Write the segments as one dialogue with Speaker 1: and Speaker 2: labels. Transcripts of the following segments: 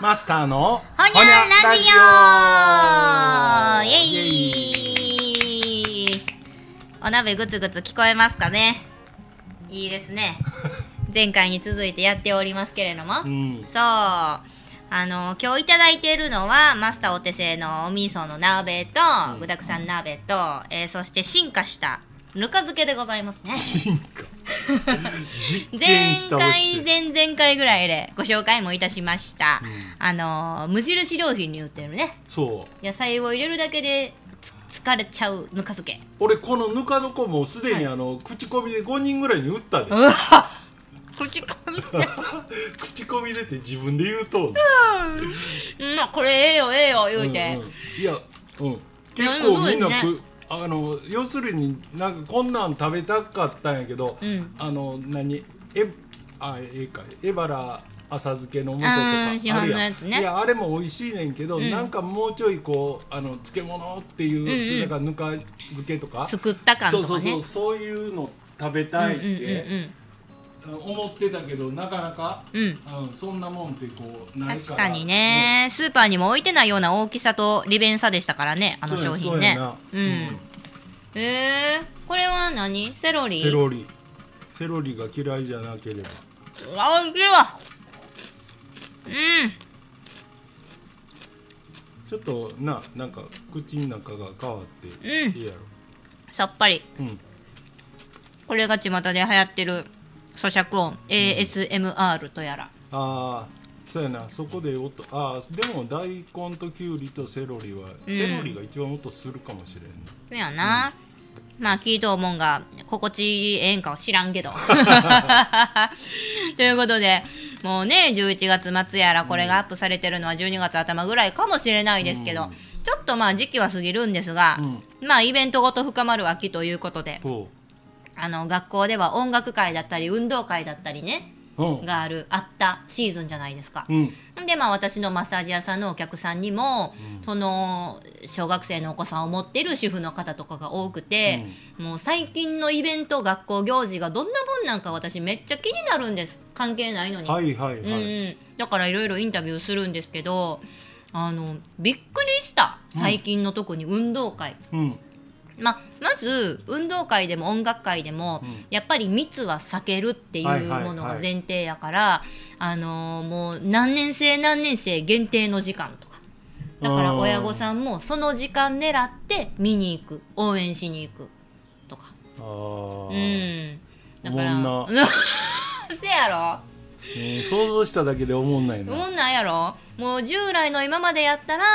Speaker 1: マスターの
Speaker 2: ほにゃラジオイエイお鍋ぐつぐつ聞こえますかねいいです ね前回に続いてやっておりますけれども、
Speaker 1: うん
Speaker 2: そうあの今日いただいているのはマスターお手製のお味噌の鍋と具だくさん鍋と、えーそして進化したぬか漬けでございますね
Speaker 1: 進化実験
Speaker 2: 前
Speaker 1: した落
Speaker 2: 回
Speaker 1: ちて
Speaker 2: 前々回ぐらいでご紹介もいたしました、あの無印良品に売ってるね
Speaker 1: そう
Speaker 2: 野菜を入れるだけでつ疲れちゃうぬか漬 け
Speaker 1: 俺このぬか床もうすでにあの、口コミで5人ぐらいに打ったで
Speaker 2: うわ口コミって
Speaker 1: 口コミ出て自分で言うとん
Speaker 2: うんまあこれええよええよ言うて、
Speaker 1: んんいや、うん、
Speaker 2: いや
Speaker 1: 結
Speaker 2: でも
Speaker 1: 構
Speaker 2: そう
Speaker 1: み
Speaker 2: よね
Speaker 1: んなく、あの要するになんかこんなん食べたかったんやけど、
Speaker 2: うん
Speaker 1: あの何えあええかエバラ浅漬けの素と
Speaker 2: あー市
Speaker 1: かあ
Speaker 2: 販
Speaker 1: る
Speaker 2: の
Speaker 1: やん
Speaker 2: やつね
Speaker 1: いやあれも美味しいねんけど、
Speaker 2: ん
Speaker 1: なんかもうちょいこうあの漬物っていう、
Speaker 2: うんうん
Speaker 1: なんかぬか漬けとか
Speaker 2: 作った感とかね
Speaker 1: そうそうそうそういうの食べ
Speaker 2: うん
Speaker 1: た
Speaker 2: うん
Speaker 1: いっ
Speaker 2: う
Speaker 1: て、
Speaker 2: ん
Speaker 1: 思ってたけどなかなか、
Speaker 2: うんうん
Speaker 1: うん、そんなもんってこうないから
Speaker 2: 確かにね、スーパーにも置いてないような大きさと利便さでしたからねあの
Speaker 1: そうや
Speaker 2: 商品ね
Speaker 1: そうや
Speaker 2: う
Speaker 1: な
Speaker 2: ん、えー、これは何セロリ
Speaker 1: セロリセロリが嫌いじゃなければ
Speaker 2: あ美味しいわうん
Speaker 1: ちょっとななんか口の中が変わって
Speaker 2: うん
Speaker 1: いいやろ
Speaker 2: さっぱり
Speaker 1: うん
Speaker 2: これが巷で流行ってる咀嚼音 ASMR とやら
Speaker 1: ああそうやなそこで音ああでも大根ときゅうりとセロリは、
Speaker 2: うん
Speaker 1: セロリが一番音するかもしれんね
Speaker 2: そやな、まあ聞いとうもんが心地ええんかは知らん けどということでもうね11月末やらこれがアップされてるのは12月頭ぐらいかもしれないですけど、
Speaker 1: うん
Speaker 2: ちょっとまあ時期は過ぎるんですが、まあイベントごと深まる秋ということで
Speaker 1: ほ
Speaker 2: あの学校では音楽会だったり運動会だったりね
Speaker 1: ううん
Speaker 2: があるあったシーズンじゃないですか。
Speaker 1: うん
Speaker 2: でまあ私のマッサージ屋さんのお客さんにも、その小学生のお子さんを持ってる主婦の方とかが多くて、もう最近のイベント学校行事がどんなもんなんか私めっちゃ気になるんです関係ないのに、
Speaker 1: はいはい
Speaker 2: うんう
Speaker 1: はい、
Speaker 2: ん、だからいろいろインタビューするんですけどあのびっくりした最近の特に運動会、
Speaker 1: うん
Speaker 2: まあまず運動会でも音楽会でも、
Speaker 1: うん
Speaker 2: やっぱり密は避けるっていう
Speaker 1: はいはいはい
Speaker 2: ものが前提やから、あのーもう何年生何年生限定の時間とかだから親御さんもその時間狙って見に行く応援しに行くとか
Speaker 1: あ
Speaker 2: う
Speaker 1: ー、
Speaker 2: んだから
Speaker 1: おも
Speaker 2: せや
Speaker 1: うん、想像しただけで思んない
Speaker 2: ろ
Speaker 1: な、
Speaker 2: もんなんやろもう従来の今までやったらま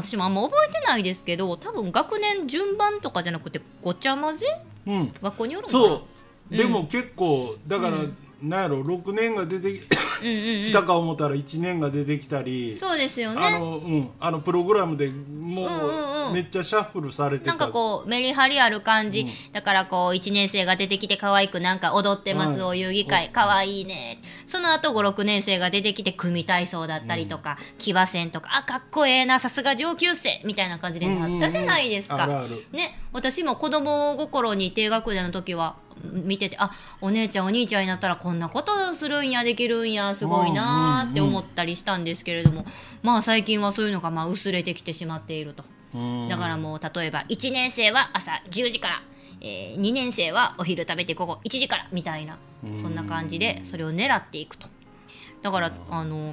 Speaker 2: あ私もあんま覚えてないですけど多分学年順番とかじゃなくてごちゃ混ぜ
Speaker 1: うん
Speaker 2: 学校によるのかな
Speaker 1: そう、でも結構だから、
Speaker 2: う
Speaker 1: なんやろ6年が出てき
Speaker 2: うんうんうん
Speaker 1: 来たか思ったら1年が出てきたり、
Speaker 2: そうですよ
Speaker 1: あ
Speaker 2: ね。
Speaker 1: のうんあのプログラムでも
Speaker 2: うんうんう
Speaker 1: うんめっちゃシャッフルされてた
Speaker 2: なんかこうメリハリある感じ、
Speaker 1: うん
Speaker 2: だからこう1年生が出てきて可愛くなんか踊ってます、
Speaker 1: はい
Speaker 2: お遊戯会可愛いねその後56年生が出てきて組体操だったりとか、騎馬戦とかあかっこええなさすが上級生みたいな感じでなったじゃないですか、
Speaker 1: うんうんうんあるある
Speaker 2: ね私も子供心に低学年の時は見ててあお姉ちゃんお兄ちゃんになったらこんなことするんやできるんやすごいなーって思ったりしたんですけれども、まあ最近はそういうのがまあ薄れてきてしまっていると。
Speaker 1: うん
Speaker 2: だからもう例えば1年生は朝10時から、え2年生はお昼食べて午後1時からみたいな
Speaker 1: うん
Speaker 2: そんな感じでそれを狙っていくとだからあの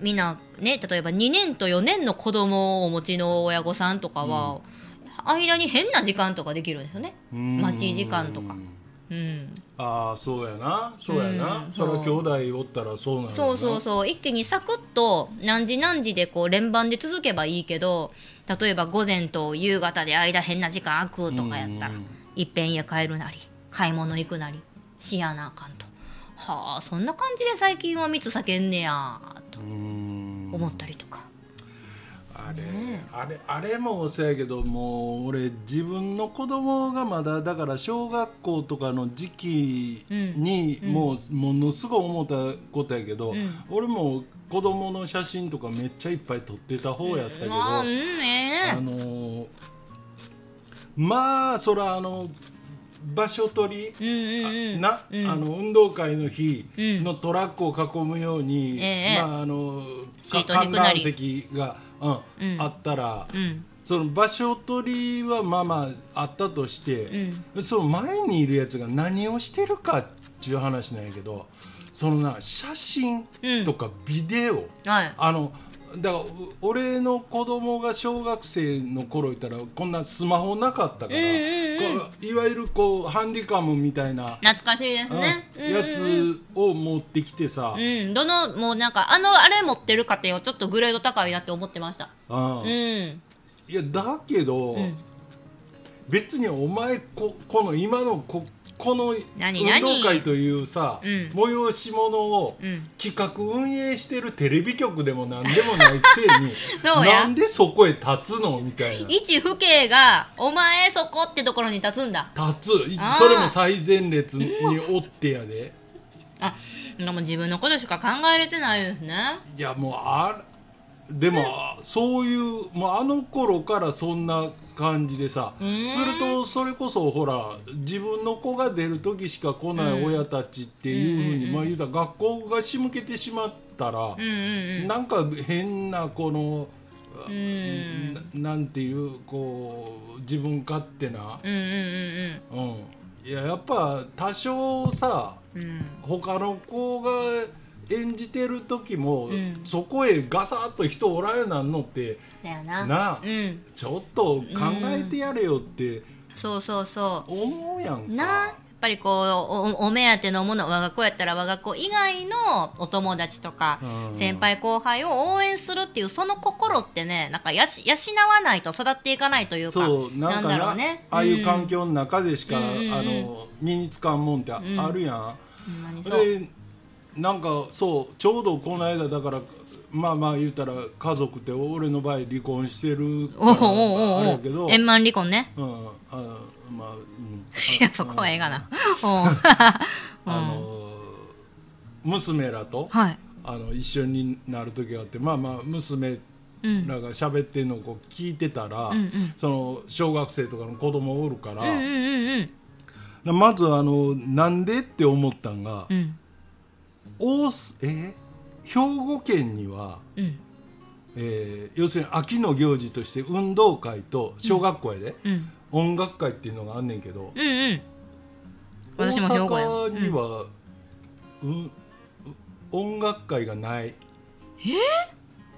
Speaker 2: みんなね例えば2年と4年の子供をお持ちの親御さんとかは、間に変な時間とかできるんですよね
Speaker 1: うん
Speaker 2: 待ち時間とかうん
Speaker 1: ああそうやなそうやな、
Speaker 2: うん
Speaker 1: それは兄
Speaker 2: そう
Speaker 1: 弟おったらそうなんやな
Speaker 2: そうそうそう一気にサクッと何時何時でこう連番で続けばいいけど例えば午前と夕方で間変な時間空くとかやったら
Speaker 1: うん
Speaker 2: いっぺん家帰るなり買い物行くなりしやなあかんとはあそんな感じで最近は密避けんねやと
Speaker 1: うん
Speaker 2: 思ったりとか、
Speaker 1: あれ、
Speaker 2: ね
Speaker 1: あれあれもそうやけどもう俺自分の子供がまだだから小学校とかの時期に
Speaker 2: うん
Speaker 1: もうものすごい思ったことやけど、
Speaker 2: うん
Speaker 1: 俺も子供の写真とかめっちゃいっぱい撮ってた方やったけど、
Speaker 2: ああうんええ
Speaker 1: あのーまあそらあの場所取り、
Speaker 2: うんうんうん
Speaker 1: な、
Speaker 2: うん
Speaker 1: あの運動会の日
Speaker 2: うん
Speaker 1: のトラックを囲むように、
Speaker 2: ええ
Speaker 1: まああの
Speaker 2: シート
Speaker 1: か
Speaker 2: 引くなり
Speaker 1: 席が、うん
Speaker 2: うん
Speaker 1: あったら、
Speaker 2: うん
Speaker 1: その場所取りはまあまああったとして、その前にいるやつが何をしてるかっていう話なんやけどそのな写真とかビデオ、
Speaker 2: はい
Speaker 1: あのだからう俺の子供が小学生の頃いたらこんなスマホなかったから、
Speaker 2: うんうんうん
Speaker 1: こういわゆるこうハンディカムみたいな、
Speaker 2: 懐かしいですね、
Speaker 1: う
Speaker 2: うんん
Speaker 1: やつを持ってきてさ、
Speaker 2: うん、どのもうなんかあのあれ持ってる過程はちょっとグレード高いなって思ってました
Speaker 1: うん
Speaker 2: うん、うん
Speaker 1: いやだけど、別にお前ここの今のここの運
Speaker 2: 何何
Speaker 1: 動会というさ、
Speaker 2: うん
Speaker 1: 催し物を
Speaker 2: うん
Speaker 1: 企画運営してるテレビ局でも何でもないくせに
Speaker 2: そうや
Speaker 1: なんでそこへ立つのみたいな。
Speaker 2: 一父兄が「お前そこ」ってところに立つんだ
Speaker 1: 立つい
Speaker 2: あー
Speaker 1: それも最前列におってやで
Speaker 2: あなんかもう自分のことしか考えれてないですね
Speaker 1: いやもうあでも、そういうもうあの頃からそんな感じでさす
Speaker 2: ーん
Speaker 1: るとそれこそほら自分の子が出る時しか来ない親たちっていうふうに、まあ言うたら学校が仕向けてしまったら
Speaker 2: うん、うん
Speaker 1: なんか変なこの、
Speaker 2: うんうん
Speaker 1: ななんていうこう自分勝手な、
Speaker 2: うんうんうん
Speaker 1: うん、いややっぱ多少さ
Speaker 2: うんうん
Speaker 1: 他の子が演じてる時も、
Speaker 2: ん
Speaker 1: そこへガサッと人おらんようなんのって
Speaker 2: だよな
Speaker 1: なあ
Speaker 2: うん
Speaker 1: ちょっと考えてやれよって
Speaker 2: そうそうそ
Speaker 1: 思うやんか。
Speaker 2: うなやっぱりこうおお目当てのもの我が子やったら我が子以外のお友達とか
Speaker 1: うん
Speaker 2: 先輩後輩を応援するっていうその心ってねなんかやし養わないと育っていかないというか
Speaker 1: そうなんか
Speaker 2: だろ
Speaker 1: な
Speaker 2: うね
Speaker 1: ああいう環
Speaker 2: 境、
Speaker 1: 境の中でしか、
Speaker 2: うんうんうん
Speaker 1: あの身につかんもんってあ
Speaker 2: うん
Speaker 1: あるやん。
Speaker 2: うん、ほんまにそう
Speaker 1: でなんかそうちょうどこの間だからまあまあ言うたら家族って俺の場合離婚してるか
Speaker 2: おうお
Speaker 1: ら
Speaker 2: う
Speaker 1: あれ
Speaker 2: おう
Speaker 1: やけ
Speaker 2: お
Speaker 1: ど
Speaker 2: う円満離婚ね
Speaker 1: うんあまあうん
Speaker 2: いやそこはええがなおう
Speaker 1: あの娘らと
Speaker 2: はい
Speaker 1: あの一緒になる時があってまあまあ娘
Speaker 2: うん
Speaker 1: らが喋ってるのをこう聞いてたら、
Speaker 2: んうん
Speaker 1: その小学生とかの子供おるから、
Speaker 2: うんうんうん
Speaker 1: なまずあのなんでって思ったんが、
Speaker 2: うん
Speaker 1: 大すえ兵庫県には、
Speaker 2: うん
Speaker 1: えー要するに秋の行事として運動会と小学校やで、
Speaker 2: うん
Speaker 1: 音楽会っていうのがあんねんけど、
Speaker 2: うんうん私も兵庫や
Speaker 1: 大阪には、うんう音楽会がないえ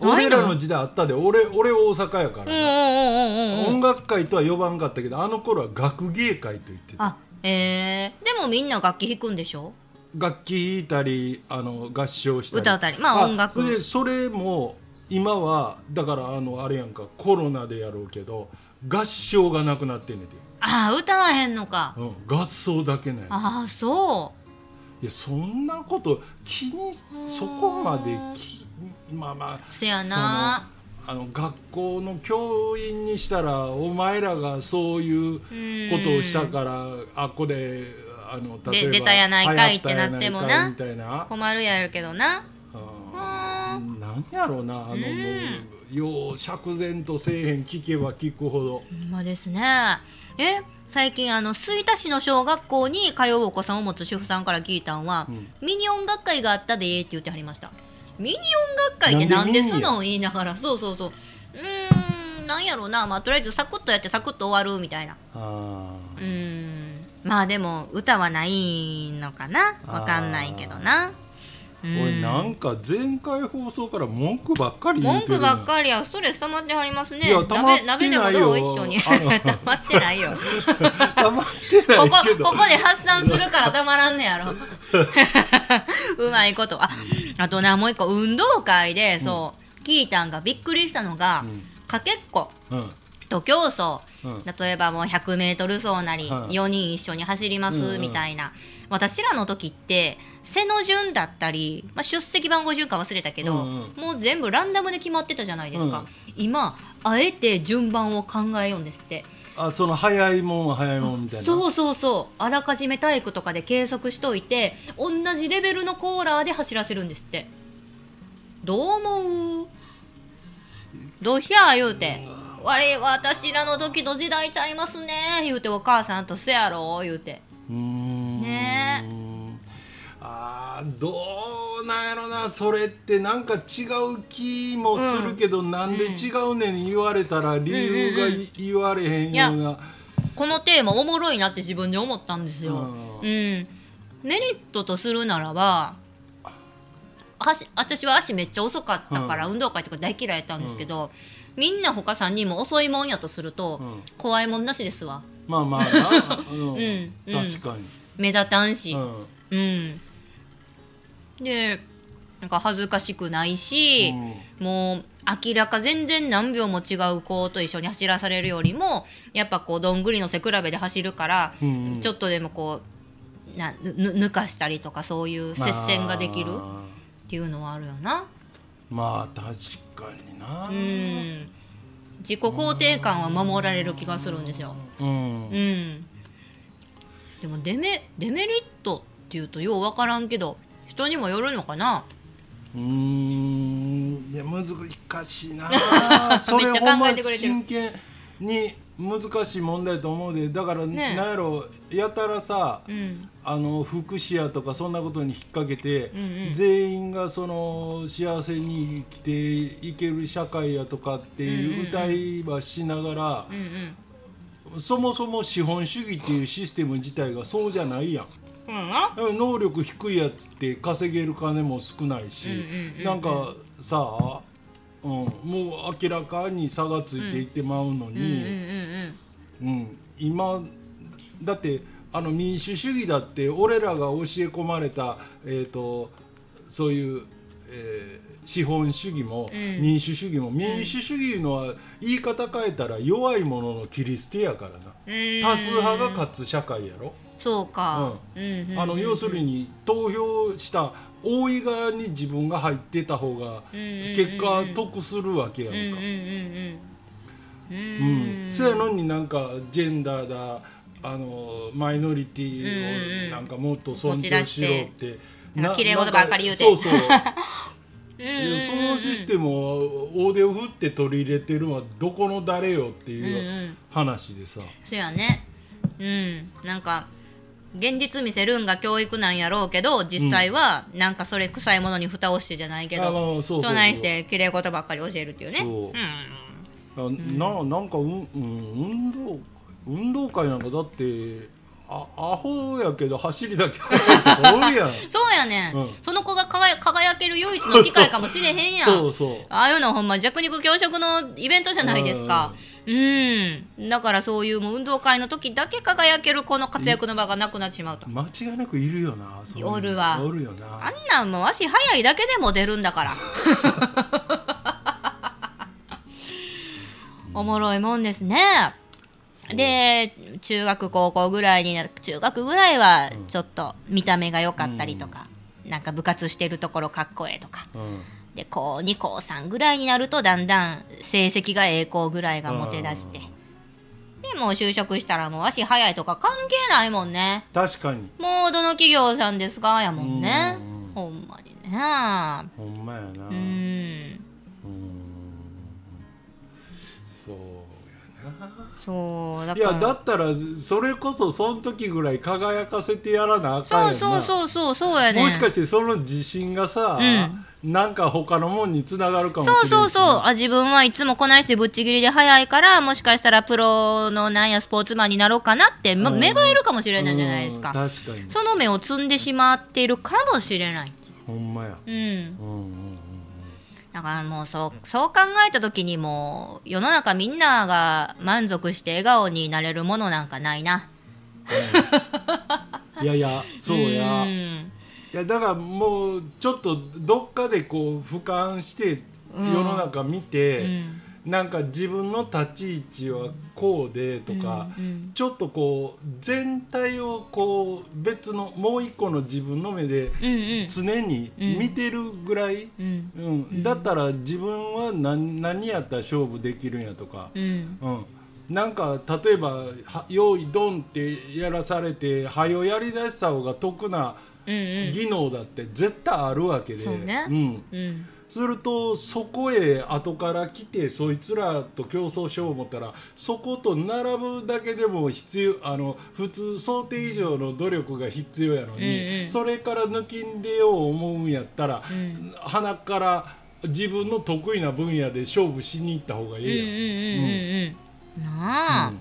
Speaker 2: ない
Speaker 1: 俺
Speaker 2: の
Speaker 1: らの時代あったで俺俺大阪やから
Speaker 2: うんう
Speaker 1: ね、
Speaker 2: んうんうんうん
Speaker 1: 音楽会とは呼ばんかったけどあの頃は学芸会と言ってた
Speaker 2: あえー、でもみんな楽器弾くんでしょ
Speaker 1: 楽器弾いたりあの合唱したり
Speaker 2: 歌ったりまあ音楽
Speaker 1: それでそれも今はだからあのあれやんかコロナでやろうけど合唱がなくなってんねんて、
Speaker 2: ああ歌わへんのか
Speaker 1: うん、合奏だけなんや
Speaker 2: ああそ
Speaker 1: いやそんなこと気にそこまで気にまあまあ
Speaker 2: せやな
Speaker 1: そのあの学校の教員にしたらお前らがそういう
Speaker 2: う
Speaker 1: ことをしたからあっこであの例えば
Speaker 2: で出たやないかいってなってもな
Speaker 1: 流行ったやないかいみたいな
Speaker 2: 困るやるけどな
Speaker 1: あーなんやろうなあのもうよう釈然とせえへん聞けば聞くほど
Speaker 2: ほんまですねえ最近あの吹田市の小学校に通うお子さんを持つ主婦さんから聞いたんは、
Speaker 1: ん
Speaker 2: ミニ音楽会があったでーって言ってはりましたミニ音楽会ってなんで
Speaker 1: なんでミ
Speaker 2: す
Speaker 1: ニや
Speaker 2: の言いながらそうそうそううーんなんやろうなまあとりあえずサクッとやってサクッと終わるみたいな
Speaker 1: あ
Speaker 2: うーんまあでも歌はないのかなわかんないけどなう
Speaker 1: ー俺
Speaker 2: ん
Speaker 1: なんか前回放送から文句ばっかり言う
Speaker 2: 文
Speaker 1: てる
Speaker 2: 句
Speaker 1: な
Speaker 2: ばっかりやストレス溜まってはります
Speaker 1: い
Speaker 2: ね
Speaker 1: や溜まって
Speaker 2: 鍋
Speaker 1: ない
Speaker 2: 鍋
Speaker 1: よ
Speaker 2: でもどう一緒に
Speaker 1: あの
Speaker 2: 溜まってないよ
Speaker 1: 溜まってな
Speaker 2: こ
Speaker 1: い
Speaker 2: こ
Speaker 1: けど
Speaker 2: ここで発散するからたまらんねやろ うまいことああとなもう一個運動会でそう、聞いたんがびっくりしたのが、
Speaker 1: ん
Speaker 2: かけっこ
Speaker 1: うん
Speaker 2: 徒競走、
Speaker 1: うん
Speaker 2: 例えばもう 100m 走なり、
Speaker 1: はい
Speaker 2: 4人一緒に走りま
Speaker 1: うんう
Speaker 2: す
Speaker 1: ん
Speaker 2: みたいな、私らの時って背の順だったり、まあ、出席番号順か忘れたけど、
Speaker 1: うんう
Speaker 2: もう全部ランダムで決まってたじゃないですか、
Speaker 1: うん
Speaker 2: 今あえて順番を考えようんですって。
Speaker 1: あその早いもんは早いもんみたいな
Speaker 2: そうそうそうあらかじめ体育とかで計測しといて同じレベルのコーラーで走らせるんですってどう思うどうしや言うてあれ私らの時の時代ちゃいますね言うてお母さんとせやろ言うて
Speaker 1: うーん
Speaker 2: ね
Speaker 1: あーどうなんやろなそれってなんか違う気もするけど、なんで違うねん言われたら理由がい、言われへんような
Speaker 2: このテーマおもろいなって自分で思ったんですよ、うん
Speaker 1: う
Speaker 2: メリットとするならば足私は足めっちゃ遅かったから、
Speaker 1: うん
Speaker 2: 運動会とか大嫌いやったんですけど、みんな他3人も遅いもんやとすると、
Speaker 1: うん
Speaker 2: 怖いもんなしですわ
Speaker 1: まあまあな あの、
Speaker 2: んうん
Speaker 1: 確か
Speaker 2: 目立たんし
Speaker 1: に、うん
Speaker 2: うん、でなんか恥ずかしくないし、もう明らか全然何秒も違う子と一緒に走らされるよりもやっぱこうどんぐりの背比べで走るから、
Speaker 1: うんうん
Speaker 2: ちょっとでもこうなぬぬ抜かしたりとかそういう接戦ができるっ
Speaker 1: ま
Speaker 2: ていうのはあるよな、
Speaker 1: あ、まあ確かになう
Speaker 2: うん、自己肯定感は守られる気がするんですよ、
Speaker 1: ん、
Speaker 2: うん、でもデメデメリットっていうとよう分からんけど人にもよるのかな
Speaker 1: うーんいや難し いなそれ
Speaker 2: めっち
Speaker 1: ほ
Speaker 2: ゃ
Speaker 1: ん
Speaker 2: 考
Speaker 1: ま
Speaker 2: えてくれてる
Speaker 1: 真剣に難しい問題だと思うでだから、
Speaker 2: ねえ
Speaker 1: なんやろやたらさ、
Speaker 2: うん
Speaker 1: あの福祉やとかそんなことに引っ掛けて、
Speaker 2: んうん
Speaker 1: 全員がその幸せに生きていける社会やとかっていう歌いはしながら、
Speaker 2: うんうん
Speaker 1: そもそも資本主義っていうシステム自体がそうじゃないやん。
Speaker 2: うんな
Speaker 1: 能力低いやつって稼げる金も少ないし、
Speaker 2: うんうんうんうん
Speaker 1: なんかさ、うん、もう明らかに差がついていってまうの
Speaker 2: うんうんうん
Speaker 1: に、うん今だってあの民主主義だって俺らが教え込まれた、えー、とそういう、えー資本主義も
Speaker 2: うん
Speaker 1: 民主主義も、民主主義のは言い方変えたら弱い者の切り捨てやから
Speaker 2: う
Speaker 1: な、
Speaker 2: ん
Speaker 1: 多数派が勝つ社会やろ。
Speaker 2: そうか、うんうんうん
Speaker 1: あの要するに投票した大井側に自分が入ってた方が
Speaker 2: うんうんうん
Speaker 1: 結果得するわけやん
Speaker 2: うんうん
Speaker 1: か。
Speaker 2: うんうんう
Speaker 1: うんん、そやのになんかジェンダーだあのマイノリティをなんかもっと尊重しろって。
Speaker 2: うんうんうん持ち出してなんか綺麗事ばっかり言うて
Speaker 1: そう そう
Speaker 2: うんうん
Speaker 1: そのシステムを大手を振って取り入れてるのはどこの誰よって
Speaker 2: うんう
Speaker 1: いうん話でさ、
Speaker 2: そやねうんなんか現実見せるんが教育なんやろうけど実際はなんかそれ臭いものに蓋をしてじゃないけ
Speaker 1: あ
Speaker 2: ど、
Speaker 1: のそうそうそう
Speaker 2: 唱えして綺麗事ばっかり教えるっていうね
Speaker 1: そうんあななんか、うんうん、運動運動会なんかだってあアホやけど走りだけ 速いやん
Speaker 2: そうやねん、
Speaker 1: うん
Speaker 2: その子が輝輝ける唯一の機会かもしれへんやん
Speaker 1: そうそ
Speaker 2: ああいうのはほんま弱肉強食のイベントじゃないですか。うん。だからそういうもう運動会の時だけ輝けるこの活躍の場がなくなってしまうと
Speaker 1: う。間違いなくいるよなそういうの
Speaker 2: おるわ
Speaker 1: おるよ
Speaker 2: あ
Speaker 1: なん
Speaker 2: なんもう足早いだけでも出るんだから。 おもろいもんですね。で、中学高校ぐらいになる、中学ぐらいはちょっと見た目が良かったりとか、なんか部活してるところかっこええとか。
Speaker 1: うん
Speaker 2: で高2高3ぐらいになるとだんだん成績が栄光ぐらいがもて出して
Speaker 1: う
Speaker 2: でもう就職したらもう足早いとか関係ないもんね
Speaker 1: 確かに
Speaker 2: もうどの企業さんですかやもんね
Speaker 1: うん
Speaker 2: ほんまにね
Speaker 1: ほんまやなう
Speaker 2: うんん
Speaker 1: そう
Speaker 2: そうだ
Speaker 1: い
Speaker 2: から
Speaker 1: やだったらそれこそその時ぐらい輝かせてやらなあかん
Speaker 2: そ
Speaker 1: や
Speaker 2: うん
Speaker 1: な
Speaker 2: そうそうそうそうやねん
Speaker 1: もしかしてその自信がさ、なんか他のもんにつながるかもしれない
Speaker 2: そうそうそうあ自分はいつもこないしてぶっちぎりで早いからもしかしたらプロのなんやスポーツマンになろうかなって、ま、
Speaker 1: うん
Speaker 2: 芽生えるかもしれないじゃないですか
Speaker 1: うん確かに
Speaker 2: その目を摘んでしまっているかもしれない
Speaker 1: ほんまや
Speaker 2: うん
Speaker 1: うんうんうん
Speaker 2: だからもうそうそう考えた時にもう世の中みんなが満足して笑顔になれるものなんかないな
Speaker 1: うんいやいやそうや
Speaker 2: う
Speaker 1: い
Speaker 2: ん
Speaker 1: やだからもうちょっとどっかでこう俯瞰して世の中見
Speaker 2: う
Speaker 1: て、
Speaker 2: ん
Speaker 1: なんか自分の立ち位置はこうでとか、
Speaker 2: うん
Speaker 1: ちょっとこう全体をこう別のもう一個の自分の目で
Speaker 2: うんうん
Speaker 1: 常に見てるぐらい、
Speaker 2: うん
Speaker 1: うんだったら自分は何何やったら勝負できるんやとか、
Speaker 2: うん
Speaker 1: うん、なんか例えばは「用意ドン」ってやらされて「はよやりだした方が得な
Speaker 2: うんうん
Speaker 1: 技能だって絶対あるわけで、
Speaker 2: そうね
Speaker 1: ん、
Speaker 2: うん
Speaker 1: するとそこへ後から来てそいつらと競争しよう思ったらそこと並ぶだけでも必要あの普通想定以上の努力が必要やのに、
Speaker 2: うんうん
Speaker 1: それから抜きんでよう思うんやったら、
Speaker 2: ん
Speaker 1: 鼻から自分の得意な分野で勝負しに行った方がい
Speaker 2: うんうんうん
Speaker 1: い
Speaker 2: うんうんなあ、
Speaker 1: うん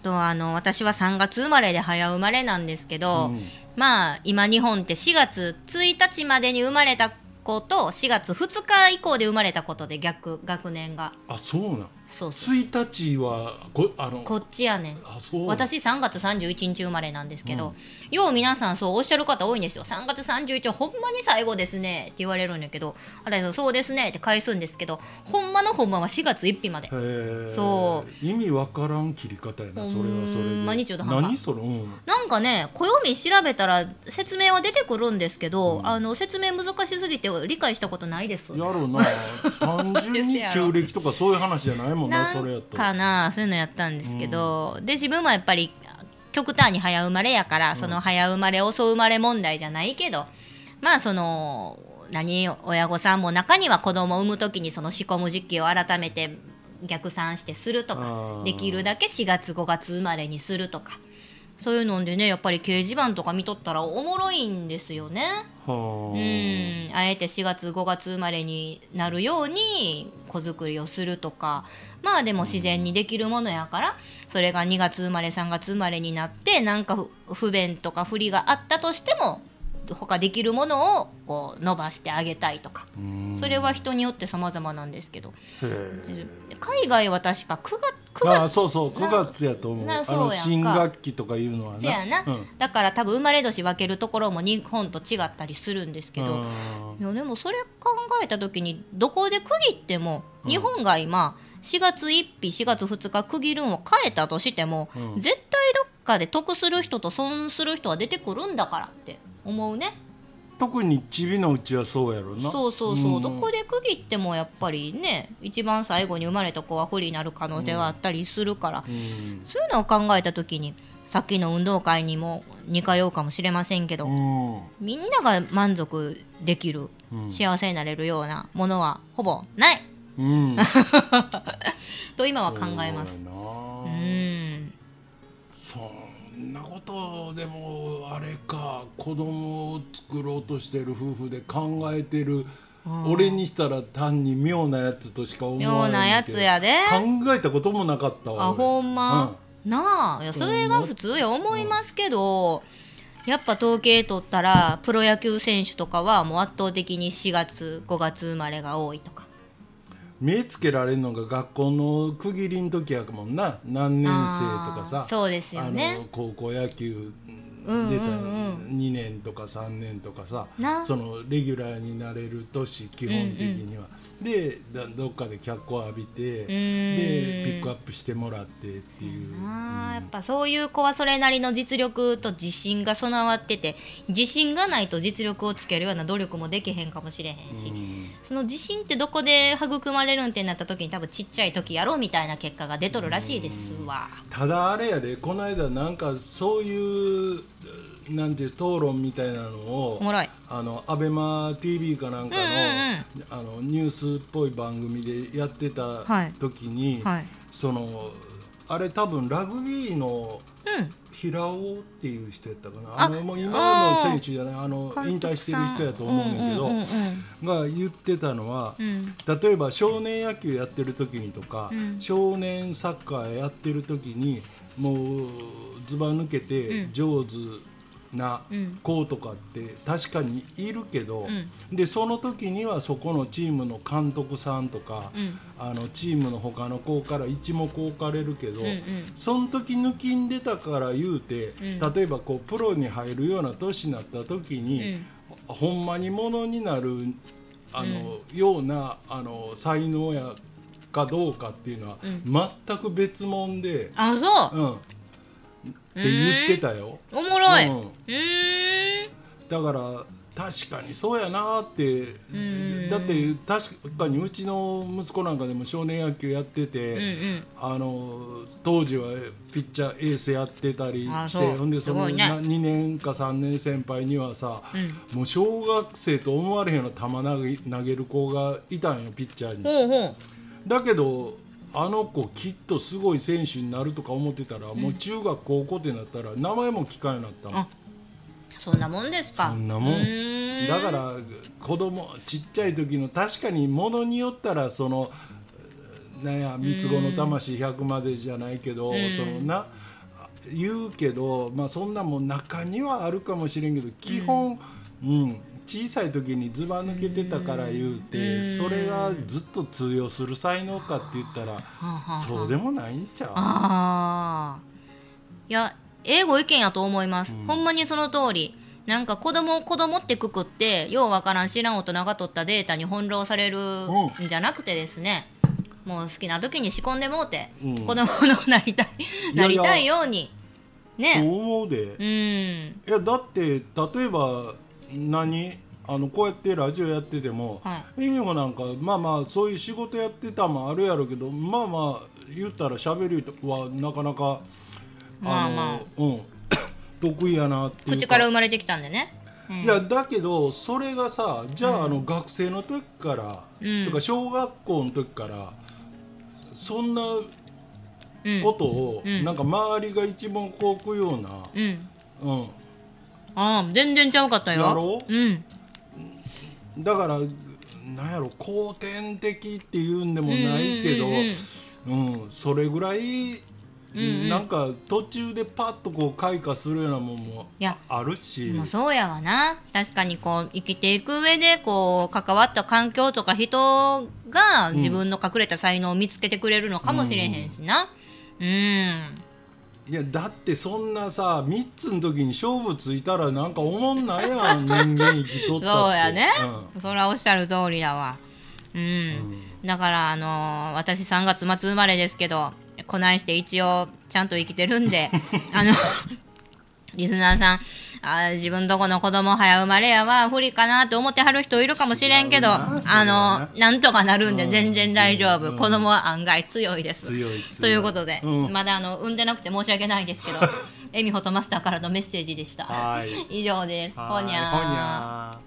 Speaker 2: あとはあの私は3月生まれで早生まれなんですけ
Speaker 1: やん。
Speaker 2: ど、
Speaker 1: うん
Speaker 2: まあ今日本って4月1日までに生まれた子と4月2日以降で生まれたことで逆学年が
Speaker 1: あそうなん
Speaker 2: そうそう
Speaker 1: 1日はこあの
Speaker 2: こっちやねん
Speaker 1: あそう
Speaker 2: 私3月31日生まれなんですけ
Speaker 1: う
Speaker 2: ど、よう皆さんそうおっしゃる方多いんですよ3月31日ほんまに最後ですねって言われるんだけどあれそうですねって返すんですけどほんまのほんまは4月1日まで
Speaker 1: へー
Speaker 2: そ
Speaker 1: 意味わからん切り方やなそれはそれ
Speaker 2: ほ
Speaker 1: で
Speaker 2: んまに中途半端
Speaker 1: 何それ、うん、
Speaker 2: なんかね暦調べたら説明は出てくるんですけど、あの説明難しすぎて理解したことないです
Speaker 1: やろ うな単純に旧暦とかそういう話じゃないもんな
Speaker 2: な
Speaker 1: それや
Speaker 2: ん
Speaker 1: ったら
Speaker 2: かなそういうのやったんですけど、で自分もやっぱり極端に早生まれやから、その早生まれ遅生まれ問題じゃないけどまあその何親御さんも中には子供を産む時にその仕込む時期を改めて逆算してすると
Speaker 1: あ
Speaker 2: か
Speaker 1: ー
Speaker 2: できるだけ4月5月生まれにするとかそういうのでねやっぱり掲示板とか見とったらおもろいんですよね。う
Speaker 1: は
Speaker 2: ん、あえて4月5月生まれになるように子作りをするとかまあでも自然にできるものやからそれが2月生まれ3月生まれになってなんか不不便とか不利があったとしても他できるものをこう伸ばしてあげたいとか
Speaker 1: あうん
Speaker 2: それは人によって様々なんですけど
Speaker 1: へー
Speaker 2: 海外は確か9月9
Speaker 1: あ
Speaker 2: 月
Speaker 1: あそうそう9
Speaker 2: な
Speaker 1: 月やと思う
Speaker 2: な
Speaker 1: あ
Speaker 2: そうやん
Speaker 1: の
Speaker 2: か
Speaker 1: 新学期とかいうのはな
Speaker 2: せやな、
Speaker 1: うん
Speaker 2: だから多分生まれ年分けるところも日本と違ったりするんですけど、
Speaker 1: うん
Speaker 2: いやでもそれ考えた時にどこで区切っても
Speaker 1: うん
Speaker 2: 日本が今4月1日4月2日区切るんを変えたとしても、
Speaker 1: うん
Speaker 2: 絶対どっかで得する人と損する人は出てくるんだからって思うね
Speaker 1: 特にチビのうちはそうやろな
Speaker 2: そうそうそう、
Speaker 1: ん
Speaker 2: どこで区切ってもやっぱりね一番最後に生まれた子は不利になる可能性があったりするから、
Speaker 1: うん
Speaker 2: そういうのを考えた時にさっきの運動会にも似通うかもしれませんけど、
Speaker 1: うん
Speaker 2: みんなが満足できる
Speaker 1: うん
Speaker 2: 幸せになれるようなものはほぼない
Speaker 1: うん
Speaker 2: と今は 考えます。
Speaker 1: そう
Speaker 2: う、
Speaker 1: やなんそんなことでもあれか子供を作ろうとしてる夫婦で考えてる
Speaker 2: うん
Speaker 1: 俺にしたら単に妙なやつとしか思わ
Speaker 2: 妙な
Speaker 1: ない
Speaker 2: や
Speaker 1: け
Speaker 2: つ
Speaker 1: ど
Speaker 2: やで。
Speaker 1: 考えたこともなかったわ
Speaker 2: あ
Speaker 1: 俺
Speaker 2: ほんま、なあいや
Speaker 1: うん
Speaker 2: それが普通や思いますけど、やっぱ統計取ったらプロ野球選手とかはもう圧倒的に4月5月生まれが多いとか
Speaker 1: うん目つけられるのが学校の区切りの時やもんな何年生とか
Speaker 2: あ
Speaker 1: さ
Speaker 2: ーそうですよ
Speaker 1: あの
Speaker 2: ね
Speaker 1: 高校野球
Speaker 2: うん
Speaker 1: 出た
Speaker 2: うん
Speaker 1: 2年とか3年とかさ、
Speaker 2: な
Speaker 1: そのレギュラーになれる年基本的には、でだどっかで脚光浴びて、でピ
Speaker 2: ーん
Speaker 1: ックアップしてもらってっていう、
Speaker 2: なあやっぱそういう子はそれなりの実力と自信が備わってて自信がないと実力をつけるような努力もできへんかもしれへんし、
Speaker 1: うん
Speaker 2: その自信ってどこで育まれるんってなった時に多分ちっちゃい時やろうみたいな結果が出とるらしいですわ。
Speaker 1: ただあれやでこの間なんかそういうなんていう討論みたいなのを
Speaker 2: おもろい。
Speaker 1: あのアベマ t v かなんかの,、
Speaker 2: うん
Speaker 1: あのニュースっぽい番組でやってた
Speaker 2: はい
Speaker 1: 時に、
Speaker 2: はい。
Speaker 1: そのあれ多分ラグビーの
Speaker 2: う
Speaker 1: 平尾っていう人やったかな
Speaker 2: あ
Speaker 1: あのもう今の選手じゃないあの
Speaker 2: ん。
Speaker 1: 引退してる人やと思うんだけど、
Speaker 2: うんうんうん
Speaker 1: が言ってたのは、
Speaker 2: うん。うん
Speaker 1: 例えば少年野球やってる時にとか、
Speaker 2: うん
Speaker 1: 少年サッカーやってる時にもうずば抜けて
Speaker 2: うん
Speaker 1: 上手な
Speaker 2: うん
Speaker 1: 子とかって確かにいるけど、
Speaker 2: う
Speaker 1: でその時にはそこのチームの監督さんとか、
Speaker 2: うん
Speaker 1: あのチームの他の子から一目置かれるけど、
Speaker 2: うんうん
Speaker 1: その時抜きんでたから言うて、
Speaker 2: うん
Speaker 1: 例えばこうプロに入るような年になった時に、ほんまにものになるあの、ようなあの才能やかどうかっていうのは、
Speaker 2: うん
Speaker 1: 全く別物で、
Speaker 2: あそう
Speaker 1: う。ん、って言ってたよ。
Speaker 2: おもろい。
Speaker 1: う
Speaker 2: うんーん。
Speaker 1: だから確かにそうやなって
Speaker 2: ん
Speaker 1: だって確かにうちの息子なんかでも少年野球やってて、
Speaker 2: うんうん
Speaker 1: あの当時はピッチャーエースやってたり
Speaker 2: あ
Speaker 1: し
Speaker 2: そう
Speaker 1: てほんでその、
Speaker 2: すごいね
Speaker 1: な2年か3年先輩にはさ、もう小学生と思われへんような球投げ投げる子がいたんよピッチャーに。
Speaker 2: ほうほう
Speaker 1: だけどあの子きっとすごい選手になるとか思ってたら、もう中学高校ってなったら名前も聞かんようになったの
Speaker 2: あそんなもんですか
Speaker 1: そんなもん
Speaker 2: うーん
Speaker 1: だから子供ちっちゃい時の確かにものによったらそのなんや三つ子の魂100までじゃないけど、そのなあ言うけど、まあ、そんなもん中にはあるかもしれんけど基本、うん小さい時にずば抜けてたから言うて、それがずっと通用する才能かって言ったら、
Speaker 2: はあ
Speaker 1: そうでもないんちゃ
Speaker 2: ああいや英語意見やと思います、ほんまにその通りなんか子供を子供ってくくってようわからん知らん大人が取ったデータに翻弄されるんじゃなくてですね、もう好きな時に仕込んでもうて、
Speaker 1: うん
Speaker 2: 子供のなりたい
Speaker 1: いや
Speaker 2: ないり
Speaker 1: や
Speaker 2: たいように
Speaker 1: うと
Speaker 2: ね
Speaker 1: 思うで。
Speaker 2: うん
Speaker 1: いやだって例えば何あのこうやってラジオやってても、
Speaker 2: は
Speaker 1: えみほなんかまあまあそういう仕事やってたもあるやろうけどまあまあ言ったら喋るはなかなか
Speaker 2: まあまあ
Speaker 1: のうん 得意やなっていう
Speaker 2: 口から生まれてきたんでね
Speaker 1: いやだけどそれがさじゃあ,、あの学生の時から、
Speaker 2: うん
Speaker 1: とか小学校の時からそんな
Speaker 2: うん
Speaker 1: ことを、
Speaker 2: うん
Speaker 1: なんか周りが一問こうくような、
Speaker 2: うん
Speaker 1: うん、
Speaker 2: ああ全然ちゃうかったよ
Speaker 1: やろ
Speaker 2: うん
Speaker 1: だからなんやろ後天的っていうんでもないけど、
Speaker 2: う
Speaker 1: うんん
Speaker 2: うんうん
Speaker 1: それぐらい、なんか途中でパッとこう開花するようなもんも
Speaker 2: いや
Speaker 1: あるし
Speaker 2: もうそうやわな確かにこう生きていく上でこう関わった環境とか人が自分の隠れた才能を見つけてくれるのかもしれへんしなうん、
Speaker 1: いやだってそんなさ3つの時に勝負ついたらなんかおもんないやん人間生きとったって
Speaker 2: そうやね、
Speaker 1: う
Speaker 2: それはおっしゃる通りだわうん、だからあのー私3月末生まれですけどこないして一応ちゃんと生きてるん であのリスナーさんあー自分どこの子供早生まれやわ不利かなと思ってはる人いるかもしれんけど
Speaker 1: 違う
Speaker 2: あ
Speaker 1: なそれはな
Speaker 2: のなんとかなるんで
Speaker 1: うん
Speaker 2: 全然大丈夫、
Speaker 1: うん
Speaker 2: 子供は案外強いです
Speaker 1: 強い強い
Speaker 2: ということで、
Speaker 1: うん
Speaker 2: まだあの産んでなくて申し訳ないですけ どエミホとマスターからのメッセージでした
Speaker 1: はい
Speaker 2: 以上です
Speaker 1: は
Speaker 2: ほ
Speaker 1: い
Speaker 2: にゃ
Speaker 1: ほ
Speaker 2: ー
Speaker 1: にゃー